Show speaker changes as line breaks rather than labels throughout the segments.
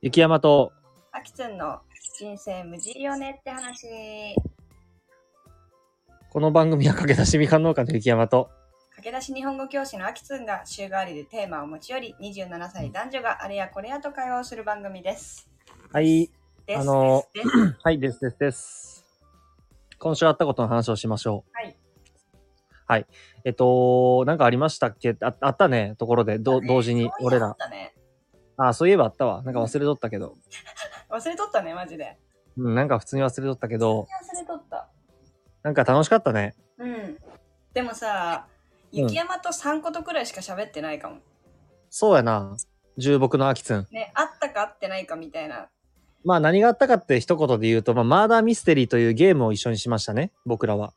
雪山と
あきつんの人生無事よねって話。
この番組は駆け出しみかん農家の雪山と
駆け出し日本語教師のあきつんが週替わりでテーマを持ち寄り、27歳男女があれやこれやと会話をする番組です。
はい
です。
あの
ですです
はいですですです今週あったことの話をしましょう
はい。
えっとなんかありましたっけああったねところでど
ね
同時に
そうい
俺
えばあ
ら
ったね
あそういえばあったわなんか忘れとったけど、
忘れとったね、マジで。
うん、なんか普通に忘れとったけど
忘れとった。
なんか楽しかったね
うん。でもさ、
うん
雪山と3ことくらいしか喋ってないかも。
そうやな重木のあきつん
ね、あったかあってないかみたいな。
まあ何があったかって一言で言うと、まあ、マーダーミステリーというゲームを一緒にしましたね僕らは、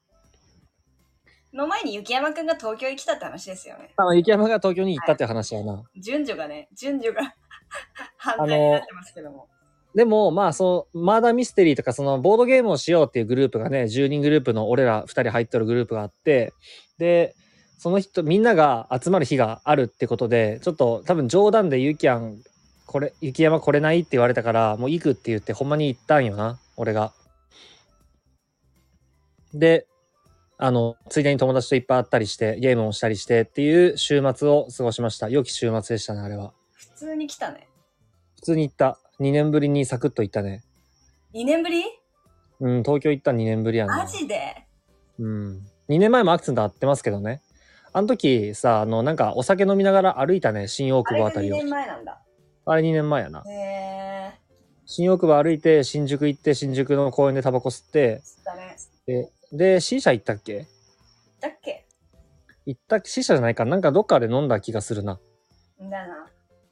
の前に雪山くんが東京に来たって話ですよね。
まあ、雪山が東京に行ったって話やな、
順序がね、順序が 反対になってますけども。
でも、まあ、そう、マーダーミステリーとか、その、ボードゲームをしようっていうグループがね、10人グループの俺ら2人入っとるグループがあって、で、その人、みんなが集まる日があるってことで、ちょっと多分冗談でゆきやん、これ、雪山来れないって言われたから、もう行くって言って、ほんまに行ったんよな、俺が。で、あの、ついでに友達といっぱい会ったりして、ゲームをしたりしてっていう週末を過ごしました。良き週末でしたね、あれは。
普通に来たね。
普通に行った。2年ぶりにサクッと行ったね。
2年ぶり
うん、東京行った2年ぶりやな。
マジで
うん。2年前もアクセント会ってますけどね。あの時さ、あの、なんかお酒飲みながら歩いたね、新大
あ
久
れ
保
が
あた
2
りを。
年前なんだ。
あれ2年前やな。
へえ
新大久保歩いて、新宿行って、新宿の公園でタバコ吸って、
ー。だね。
で、で、C 社行ったっけ
だっけ
行ったっけ C 社じゃないか。なんかどっかで飲んだ気がするな。
だな。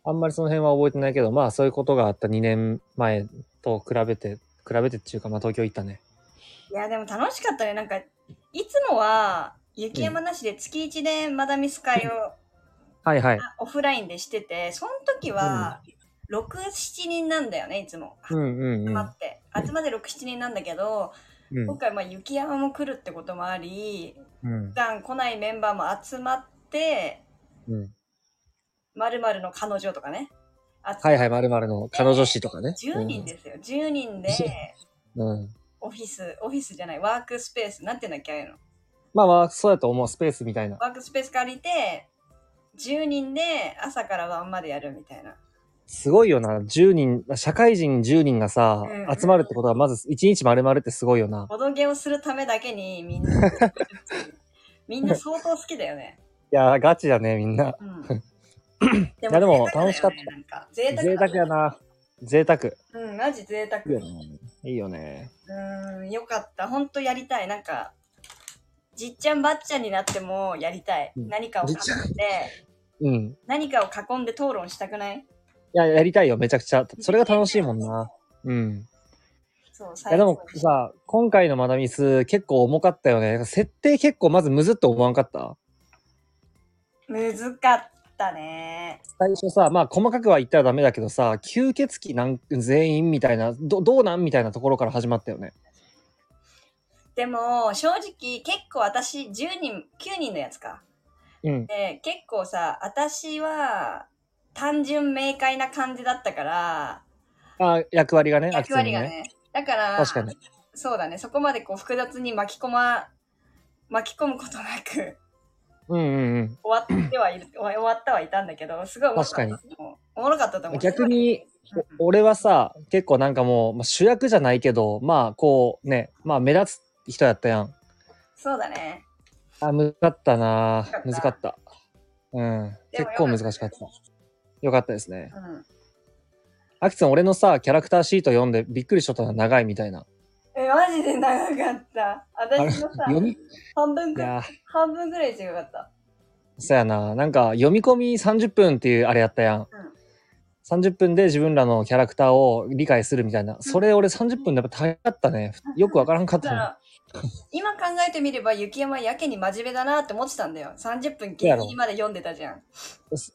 あんまりその辺は覚えてないけど、まあそういうことがあった2年前と比べて、比べてっていうか、まあ東京行ったね。
いや、でも楽しかったね。なんか、いつもは雪山なしで月1でマダミス会を
はいはい。
オフラインでしてて、その時は6、7人なんだよね、いつも。
うんうんう
集
ん。
まって。集まって6、7人なんだけど、
うん
今回まあ雪山も来るってこともあり、
うん
普。段来ないメンバーも集まって、
うん。
まるの彼女とかね。あ
はいはい、まるまるの彼女誌とかね。
10人ですよ。10人で、
うん。うん。
オフィス、オフィスじゃない、ワークスペース、なんていうんだっけ、ああいうの。
まあまあ、そうやと思う、スペースみたいな。
ワークスペース借りて、10人で朝から晩までやるみたいな。
すごいよな、10人、社会人10人がさ
うんう、ん
集まるってことは、まず1日丸々ってすごいよな。
ボドゲをするためだけにみんな、 みんな相当好きだよね。
いやー、ガチだね、みんな。
うん。
いやでも
贅沢だよねなんか贅
贅沢
沢
や
だ
な。贅沢。
うん、マジ贅沢。
いいよね。
うん、よかった。ほんとやりたい。なんか、じっちゃんばっちゃんになってもやりたい。
うん
何かを囲
じ
ん
っちゃん
で、
うん。い
何かを囲んで討論したくない
や、やりたいよ、めちゃくちゃ。それが楽しいもんな。うん。
そう、最
いや、でもさ、今回のマダミス、結構重かったよね。設定結構、まずむずっと思わんかった
難かったね。
最初さ、まあ細かくは言ったらダメだけどさ、吸血鬼なん全員みたいな、どどうなんみたいなところから始まったよね。
でも正直結構私10人9人のやつか
うん。
で結構さ私は単純明快な感じだったから
あ役割がね、
役割が
あ
ね
きついの
だから
確かに。
そうだねそこまでこう複雑に巻き込ま巻き込むことなく
うんうん
終わってはいる 終わったはいたんだけどすごい面白かった
確
もうおもろかったと
う
思
ん。
う
逆に、
うん
お俺はさ、結構なんかもう、まあ、主役じゃないけど、まあこうね、まあ目立つ人やったやん。
そうだね
あ、難かったなぁ
難
難
か
か
っ
った。うん。
でも
結構
よかっ
難
た
しかった。よかったですね。
うん
あきつん、俺のさ、キャラクターシート読んでびっくりしとったのは長いみたいな。
えマジで長かった
あれ
私のさ
読み、い
半分くらい
や
半分ぐらい違かった
そやな。なんか、読み込み30分っていうあれやったやん。30分で自分らのキャラクターを理解するみたいな。それ俺30分でやっぱ大変だったね。よくわからんかっ
だ
たも
か
ん。
ら今考えてみれば雪山やけに真面目だなって思ってたんだよ30分ギリギリまで読んでたじゃん、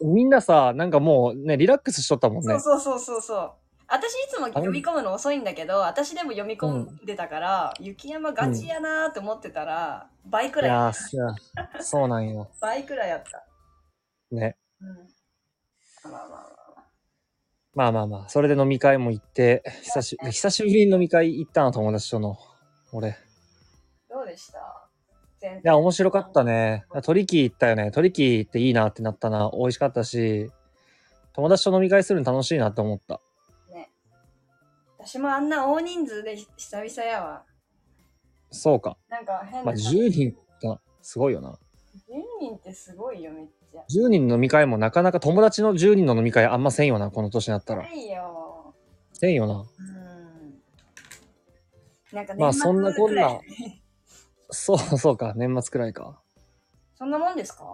みんなさ、なんかもうね、リラックスしとったもんね。
そうそうそうそうそう私いつも読み込むの遅いんだけど私でも読み込んでたから、雪山ガチやなって思ってたら、倍く
い
らい
やーそうやそうなんよ。
倍くらいやった
ね。
うんまあまあまあまあ
まあまあまあ、それで飲み会も行って、久し久しぶりに飲み会行ったな、友達との。俺。い
どうでした全体
や、面白かったね。トリキー行ったよね。トリキーっていいなってなったな。美味しかったし、友達と飲み会するの楽しいなって思った。
ね。私もあんな大人数でひ久々やわ。
そうか。
なんか変
ま
な
あ、
感じ。
10人がすごいよな。
10人ってすごいよ、めっちゃ。
10人の飲み会もなかなか友達の10人の飲み会あんませんよな、この年になったら
な。いよ。
せんよな。
うん。なんかね、
まあ、そんなこん
年末
な
くらい。
そう、そうか。年末くらいか。
そんなもんですか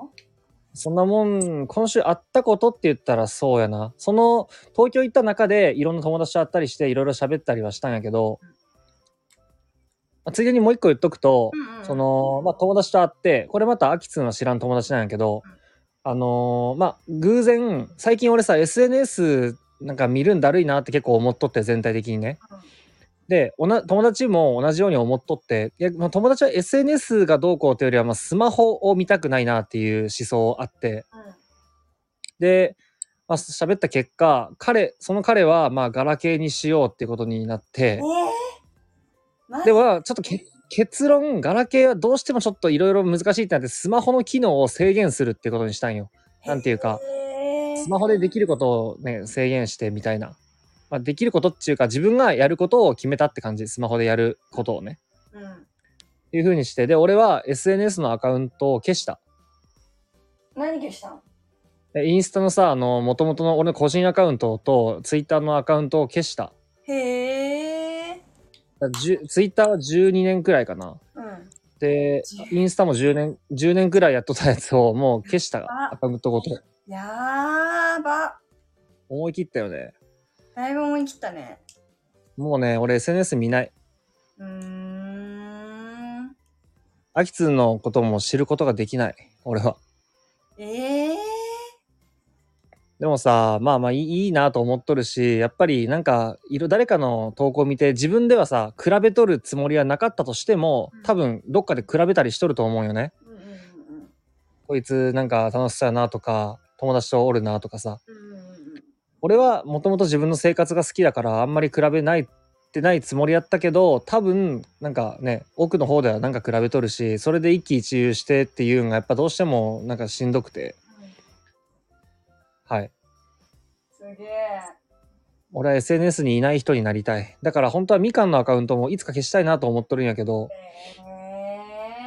そんなもん、今週会ったことって言ったらそうやな。その、東京行った中でいろんな友達と会ったりして、いろいろ喋ったりはしたんやけど、まあついでにもう一個言っとくと、
うんうん。
その、まあ、友達と会って、これまたアキツンは知らん友達なんやけど
うん、
あのーまあ、偶然、最近俺さ、SNS なんか見るんだるいなって結構思っとって、全体的にね。
うん
で、おな友達も同じように思っとって、いや、まあ、友達は SNS がどうこうというよりは、まあ、スマホを見たくないなっていう思想あって、
うん
で、まあ、喋った結果、彼、その彼は、まあ、ガラケーにしようっていうことになって、
えー、マジ
では、ちょっとけ結論、ガラケーはどうしてもちょっといろいろ難しいってなって、スマホの機能を制限するってことにしたんよ。なんていうか、
へー
スマホでできることをね、制限してみたいな。まあ、できることっていうか、自分がやることを決めたって感じ、スマホでやることをね。
うん。
っていう風にして、で、俺は SNS のアカウントを消した。
何消したん
でインスタのさ、あの、元々の俺の個人アカウントと、ツイッターのアカウントを消した。
へえ。
だからじゅツイッターは12年くらいかな。
うん。
で、インスタも10年、10年くらいやっとったやつをもう消した
あ
アカウントごと。
やーば。
思い切ったよね。
だいぶ思い切ったね。
もうね、俺 SNS 見ない。
うーん。
アキツンのことも知ることができない。俺は。
ええ
でもさ、まあまあいいいいなと思っとるし、やっぱりなんか、いろ、誰かの投稿見て、自分ではさ、比べとるつもりはなかったとしても
うん、
多分、どっかで比べたりしとると思うよね。
うんうん
こいつなんか楽しそうやなとか、友達とおるなとかさ。
うんうん。うんうんうん。
俺はもともと自分の生活が好きだから、あんまり比べないってないつもりやったけど、多分、なんかね、奥の方ではなんか比べとるし、それで一喜一憂してっていうのが、やっぱどうしてもなんかしんどくて、はい。
すげえ。
俺は SNS にいない人になりたい。だから本当はみかんのアカウントもいつか消したいなと思っとるんやけど、
え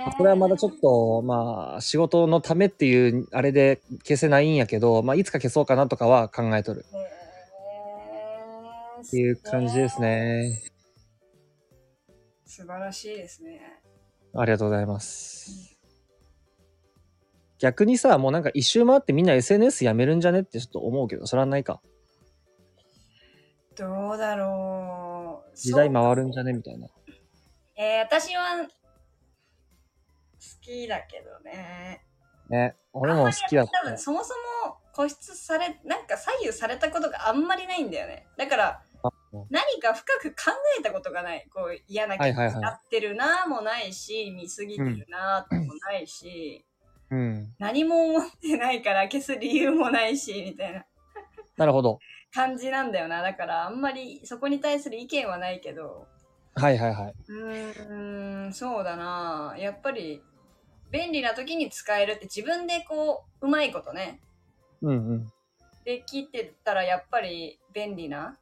え。
これはまだちょっと、まあ、仕事のためっていう、あれで消せないんやけど、まあ、いつか消そうかなとかは考えとる
へー。っ
っていう感じです。ね。
素晴らしいですね。
ありがとうございます。逆にさ、もうなんか一周回ってみんな SNS やめるんじゃねってちょっと思うけど、それはないか。
どうだろう。
時代
そう
回るんじゃねみたいな。
えー、私は好きだけどね。
ね。俺も好きだっ
多分
た。
そもそも固執され、なんか左右されたことがあんまりないんだよね。だから
あうん
何か深く考えたことがない。こう嫌な気
はい
に
はいはい
なってるなーもないし、見すぎてるなーもないし、
うん。
何も思ってないから消す理由もないし、みたいな
なるほど。
感じなんだよな。だからあんまりそこに対する意見はないけど。
はいはいはい。
うーん、そうだな。やっぱり、便利な時に使えるって自分でこう、うまいことね、
うんうん。
できてたらやっぱり便利な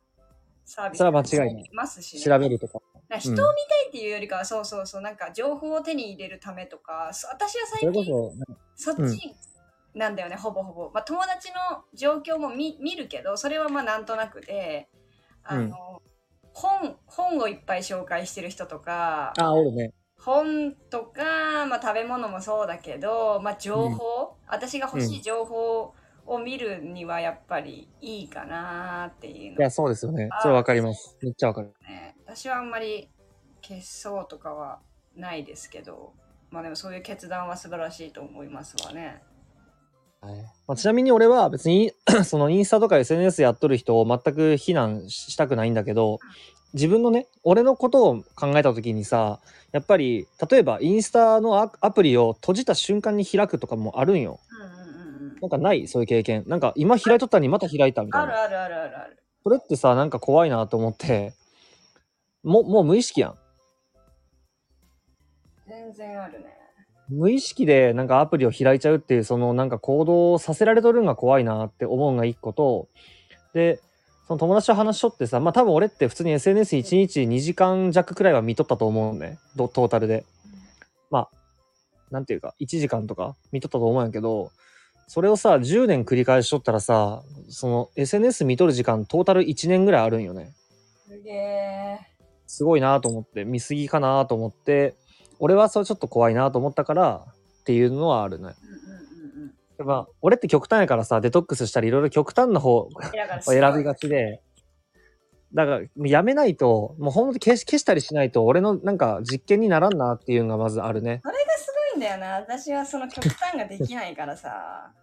サービス
それは間違いない
できますし、ね、
調べるとか。
なんか人を見たいっていうよりかは、そうそうそう、なんか情報を手に入れるためとか、そ私は
それ
最
こ
近
そ、
そっちなんだよね、ほぼほぼ。まあ、友達の状況も見見るけど、それはまあなんとなくで、あの、
うん
本、本をいっぱい紹介してる人とか、
あ、おるね。
本とか、まあ、食べ物もそうだけど、まあ、情報、私が欲しい情報を見るにはやっぱりいいかなっていうの
いや、そうですよね。それわかります。めっちゃわかる。
ね私はあんまり消そうとかはないですけどまあでもそういう決断は素晴らしいと思いますわね
はいまあ、ちなみに俺は別に そのインスタとか SNS やっとる人を全く非難ししたくないんだけど自分のね俺のことを考えた時にさやっぱり例えばインスタのアアプリを閉じた瞬間に開くとかもあるんよ
うんうんうんうん
なんかないそういう経験なんか今開いとったのにまた開いたみた
あ
い
る
な
あるあるあるある
それってさなんか怖いなと思ってももう無意識やん
全然あるね。
無意識でなんかアプリを開いちゃうっていうそのなんか行動をさせられとるんが怖いなって思うんが一個とでその友達と話しとってさまあ多分俺って普通に SNS1 日2時間弱くらいは見とったと思うねどトータルでまあなんていうか1時間とか見とったと思うんやけどそれをさ10年繰り返しとったらさその SNS 見とる時間トータル1年ぐらいあるんよね
すげえ。
すごいなと思って見すぎかなと思って俺はそれちょっと怖いなと思ったからっていうのはあるね
うんうんうんうん。
やっぱ俺って極端やからさデトックスしたりいろいろ極端な方を
だからすごい
選びがちでだからもうやめないともうほんと消し消したりしないと俺のなんか実験にならんなっていうのがまずあるね
それがすごいんだよな。私はその極端ができないからさ。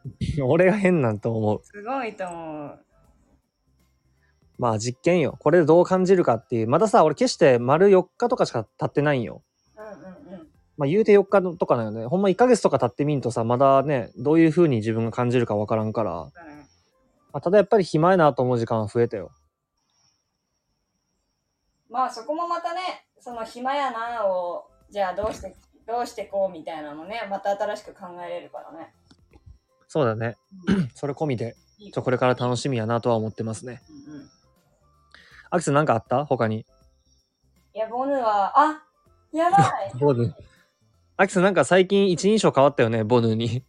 俺が変なんと思う
すごいと思う。
まあ実験よこれでどう感じるかっていうまたさ俺消して丸4日とかしか経ってないんよ
うんうんうん。
まあ言うて4日のとかなのねほんま1ヶ月とか経ってみんとさまだねどういう風に自分が感じるかわからんから、ま
だね
あ、ただやっぱり暇やなと思う時間は増えたよ
まあそこもまたね、その暇やなを、じゃあどうして、どうしてこうみたいなのね、また新しく考えれるからね。
そうだね それ込みで
いい
ちょこれから楽しみやなとは思ってますね
うんうん
アキさん何かあった他に。
いや、ボヌは、あやば い
ボヌ。アキさんなんか最近一人称変わったよね、ボヌに。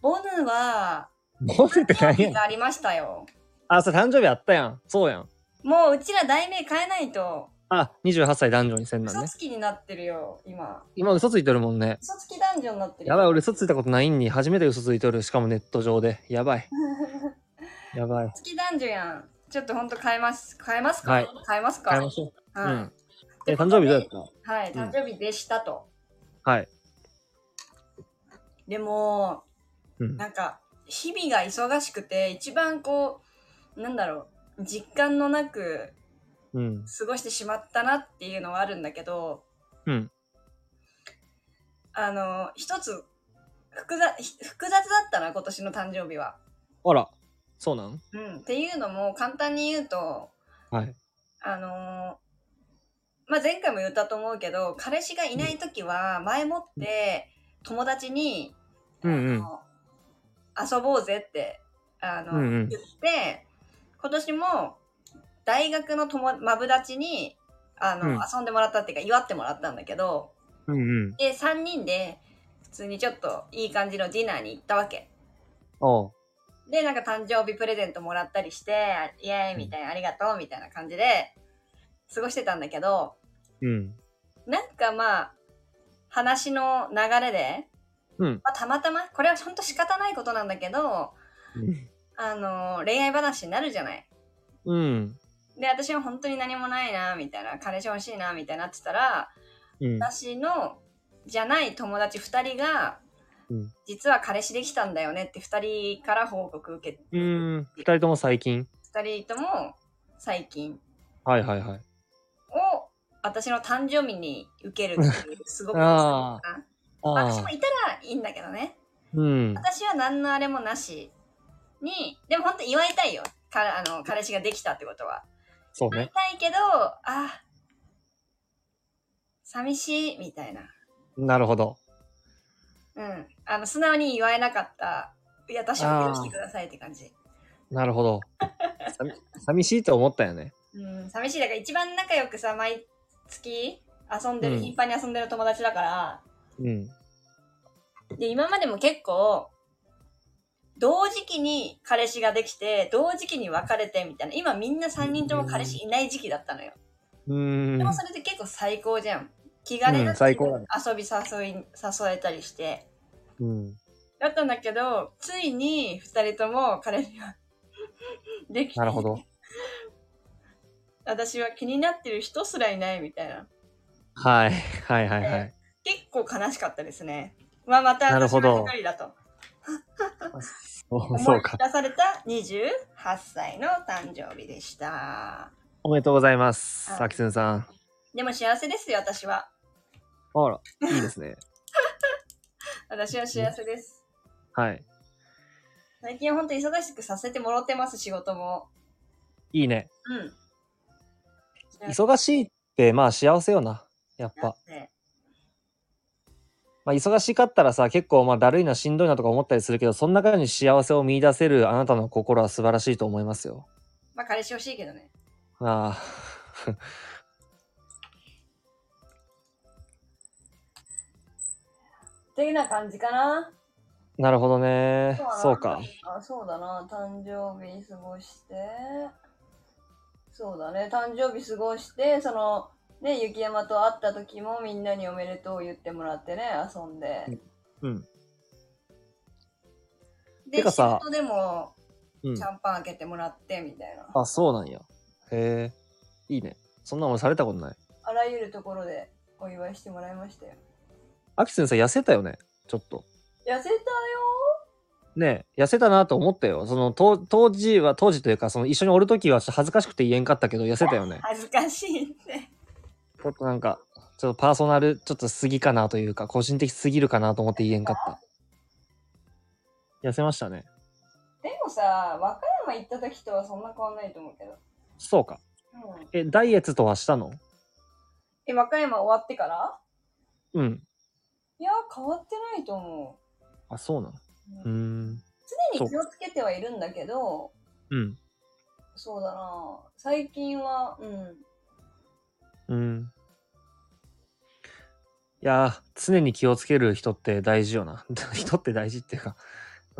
ボヌは、
ボヌって何やん
がありましたよ。
あ、それ誕生日あったやん。そうやん。
もううちら題名変えないと、
あ、28歳男女にせんなん
嘘
ね。
つきになってるよ、今。
今嘘ついてるもんね。
嘘つき男女になってるよ。
やばい、俺嘘ついたことないんに初めて嘘ついてる。しかもネット上で。やばい。 やばい。
好き男女やん。ちょっとほんと変えます。変えますか、
はい
変えますか
変えましょう。う
はい
ん。え、誕生日どうやった
はい、
うん
誕生日でしたと。
はい。
でも、
うん。
なんか、日々が忙しくて、一番こう、なんだろう、実感のなく
うん。
過ごしてしまったなっていうのはあるんだけど、
うん。
あの、一つ、複雑、複雑だったな、今年の誕生日は。
あら、そうなん
うん、っていうのも簡単に言うと
はい。
あのーまあ、前回も言ったと思うけど彼氏がいない時は前もって友達に、
うんうん
あの遊ぼうぜってあの、
うんうん
言って今年も大学の友マブダチにあの、
うん
遊んでもらったっていうか祝ってもらったんだけど
うんうん。
で3人で普通にちょっといい感じのディナーに行ったわけ。
おう。
で、なんか誕生日プレゼントもらったりして、あイエーイみたいな、ありがとうみたいな感じで過ごしてたんだけど、
うん。
なんかまあ、話の流れで、
うん。
まあ、たまたま、これはほんと仕方ないことなんだけど、
うん
あのー恋愛話になるじゃない。
うん。
で、私は本当に何もないな、みたいな、彼氏欲しいな、みたいになってたら、
うん。
私のじゃない友達2人が、
うん
実は彼氏できたんだよねって2人から報告受けて、
うん。二人とも最近。
2人とも最近
はいはいはい。
を私の誕生日に受けるっていうすごく
ああ
まあ私もいたらいいんだけどね
うん。
私は何のあれもなしにでも本当祝いたいよからあの彼氏ができたってことは
そう
祝い
ね。
たいけどあ寂しいみたいな
なるほど。
うんあの素直に祝えなかったいや私を許してくださいって感じ
なるほど。さみ寂しいと思ったよね。
うん寂しいだから一番仲良くさ毎月遊んでる、
うん
頻繁に遊んでる友達だから
うん。
で今までも結構同時期に彼氏ができて同時期に別れてみたいな今みんな3人とも彼氏いない時期だったのよ、
うー
で
ん
も。それって結構最高じゃん気兼ね
う
な
ん
く
最高だね
遊び誘い、誘えたりして
うん。
だったんだけどついに2人とも彼氏が できて
なるほど。
私は気になってる人すらいないみたいな
はい。はいはい はい。
結構悲しかったですねまあまた
なる
私
ほど
は一人だと
そう
思
そ
いう
か。
出された28歳の誕生日でした
おめでとうございます。
はい
さきつんさん。
でも幸せですよ、私は。
あら、いいですね。
私は幸せです。
はい。
最近は本当忙しくさせてもらってます、仕事も。
いいね。
うん。
忙しいって、まあ幸せよな。やっぱ。
ね
まあ、忙しかったらさ、結構まあだるいな、しんどいなとか思ったりするけど、その中に幸せを見出せるあなたの心は素晴らしいと思いますよ。
まあ彼氏欲しいけどね。
ああ。
っていうような感じかな。
なるほどね。 そうか。。
あ、そうだな。誕生日過ごして。そうだね。誕生日過ごして、その、ね、雪山と会った時もみんなにおめでとう言ってもらってね、遊んで。
うん。
で、
てか
仕
さ
事でも
うん
シ。ャンパン開けてもらってみたいな。
あ、そうなんや。へえ。いいね。そんな俺されたことない。
あらゆるところでお祝いしてもらいましたよ。
アキ先生痩せたよね。ちょっと。
痩せたよ
ねえ痩せたなと思ったよ。その、当当時は、当時というか、その一緒におるときは恥ずかしくて言えんかったけど、痩せたよね。
恥ずかしいって。
ちょっとなんか、ちょっとパーソナル、ちょっと過ぎかなというか、個人的すぎるかなと思って言えんかった。痩せましたね。
でもさ、和歌山行った時とはそんな変わんないと思うけど。
そうか。
うん、
え、ダイエットとはしたの
え、和歌山終わってから
うん。
いや、変わってないと思
あ、そうなの。う
う。
ーん。
常に気をつけてはいるんだけど、
うん。
そうだな。最近は、うん。
うん。いやー、常に気をつける人って大事よな。 人って大事っていうか、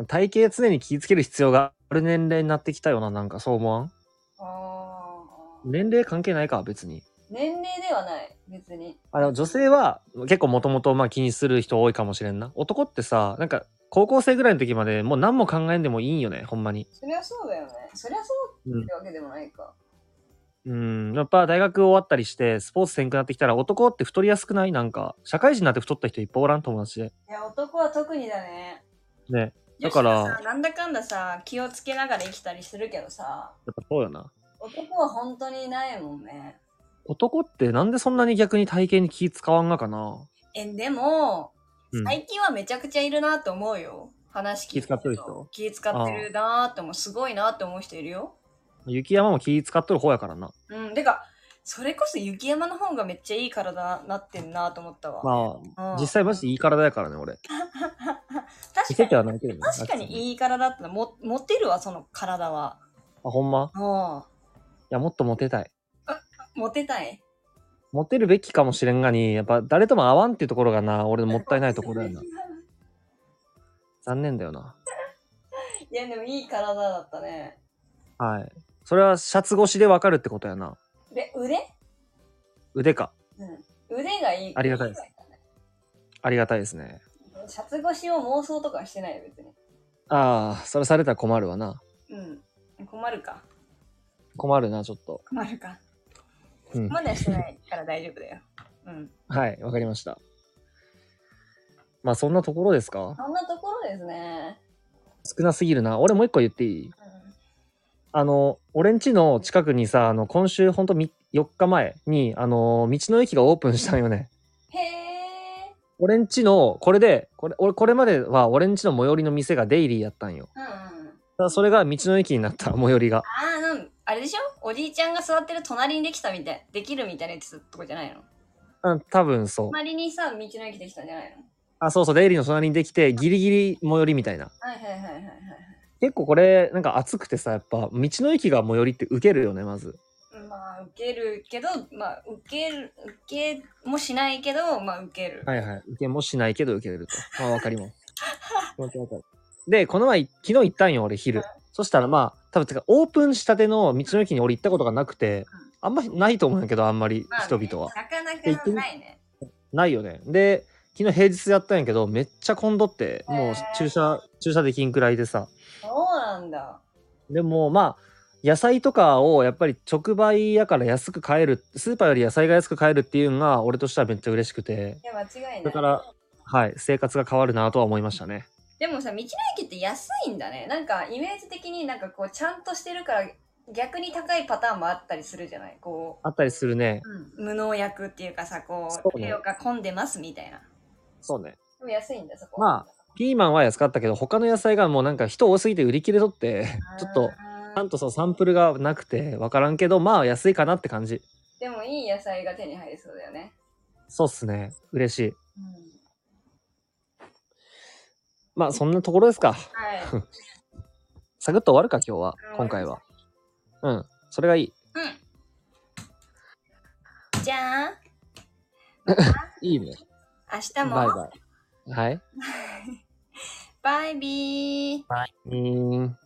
体型常に気をつける必要がある年齢になってきたよな、なんかそう思わん
あー
年齢関係ないか、別に。
年齢ではない、別に。
あの女性は結構もともとまあ気にする人多いかもしれんな。男ってさ、なんか高校生ぐらいの時までもう何も考えんでもいいんよね、ほんまに。
そりゃそうだよね。そりゃそう
うん
ってわけでもないか。
うん、やっぱ大学終わったりしてスポーツせんくなってきたら男って太りやすくないなんか、社会人になって太った人いっぱいおらん友達で。
いや、男は特にだね。
ね。
女
だ
子は
から
さなんだかんださ、気をつけながら生きたりするけどさ、
やっぱそうよな。
男は本当にないもんね。
男ってなんでそんなに逆に体型に気使わんがかな、
え、でも、
うん、
最近はめちゃくちゃいるなと思うよ。話聞
気
い
使ってる人
気使ってるなーって思う。すごいなーって思う人いるよ。
雪山も気使っとる方やからな。
うん。てか、それこそ雪山の方がめっちゃいい体なってんなと思ったわ。
まあ、
うん
実際マジでいい体やからね、俺。見せ
確
て
か
は
に、
ないけどね。
確か
い。
にいい体だったら、も、モテるわ、その体は。
あ、ほんま
う
いや、もっとモテたい。
ん。モテたい。
モテるべきかもしれんがに、やっぱ誰とも合わんっていうところがな、俺のもったいないところ やな。残念だよな。
いや、でもいい体だったね。
はい。それはシャツ越しでわかるってことやな。
で、腕
腕か。
うん。腕がいい。
ありがたいですありがたいですね。
シャツ越しを妄想とかはしてないよ、別に。
ああ、それされたら困るわな。
うん。困るか。
困るな、ちょっと。
困るか。
うん。
まだしてないから大丈夫だよ。うん。
はい、わかりました。まあそんなところですか
そんなところですね。
少なすぎるな。俺もう一個言っていいあの、俺んちの近くにさ、あの、今週ほんとみ4日前に、あの、道の駅がオープンしたんよね。
へえ。
俺んちのこれでこれ俺これまでは俺んちの最寄りの店がデイリーやったんよ
うんうん。
ただそれが道の駅になった最寄りが
ああ、なん、あれでしょおじいちゃんが座ってる隣にできたみたい、できるみたいなやつとこじゃないの
うん多分そう
隣にさ、道の駅できたんじゃないの
あそうそうデイリーの隣にできてギリギリ最寄りみたいな
はいはいはいはいはい。
結構これなんか暑くてさやっぱ道の駅が最寄りってウケるよねまず
まあ、受けるけど、まあ、受ける、受けもしないけど、まあ、受ける。
はいはいウケもしないけどウケれるとまあわかります わかるわかるでこの前昨日行ったんよ俺昼そしたらまあ多分てかオープンしたての道の駅に俺行ったことがなくてあんまりないと思うんやけどあんまり
まあね
人々は
なかなかないね。
ないよね。で、昨日平日やったんやけど、めっちゃ混んどって、もう
へー
駐車、駐車できんくらいでさ。
そうなんだ。
でも、まあ、野菜とかをやっぱり直売やから安く買える、スーパーより野菜が安く買えるっていうのが、俺としてはめっちゃ嬉しくて、
いや、間違いな
だ
い
か。ら、はい、生活が変わるなとは思いましたね。
でもさ、道の駅って安いんだね。なんか、イメージ的になんかこう、ちゃんとしてるから、逆に高いパターンもあったりするじゃないこ
あったりするね。
う、無農薬っていうかさ、こ、
そううね
栄養価混んでますみたいな。
そうね。
でも安いんだ、そこ。
まピーマンは安かったけど、他の野菜がもうなんか人多すぎて売り切れとって、ちょっと、
あ
ちゃんとそうサンプルがなくて分からんけどまあ安いかなって感じ
でもいい野菜が手に入りそうだよね。
そうっすね嬉しい
うん、
まあそんなところですか
はい。
サクッと終わるか今日は
うん
今回はうんそれがいい
うん。じゃあ、
いいね
明日
バイ
も
バイはい
バイビー。
うーん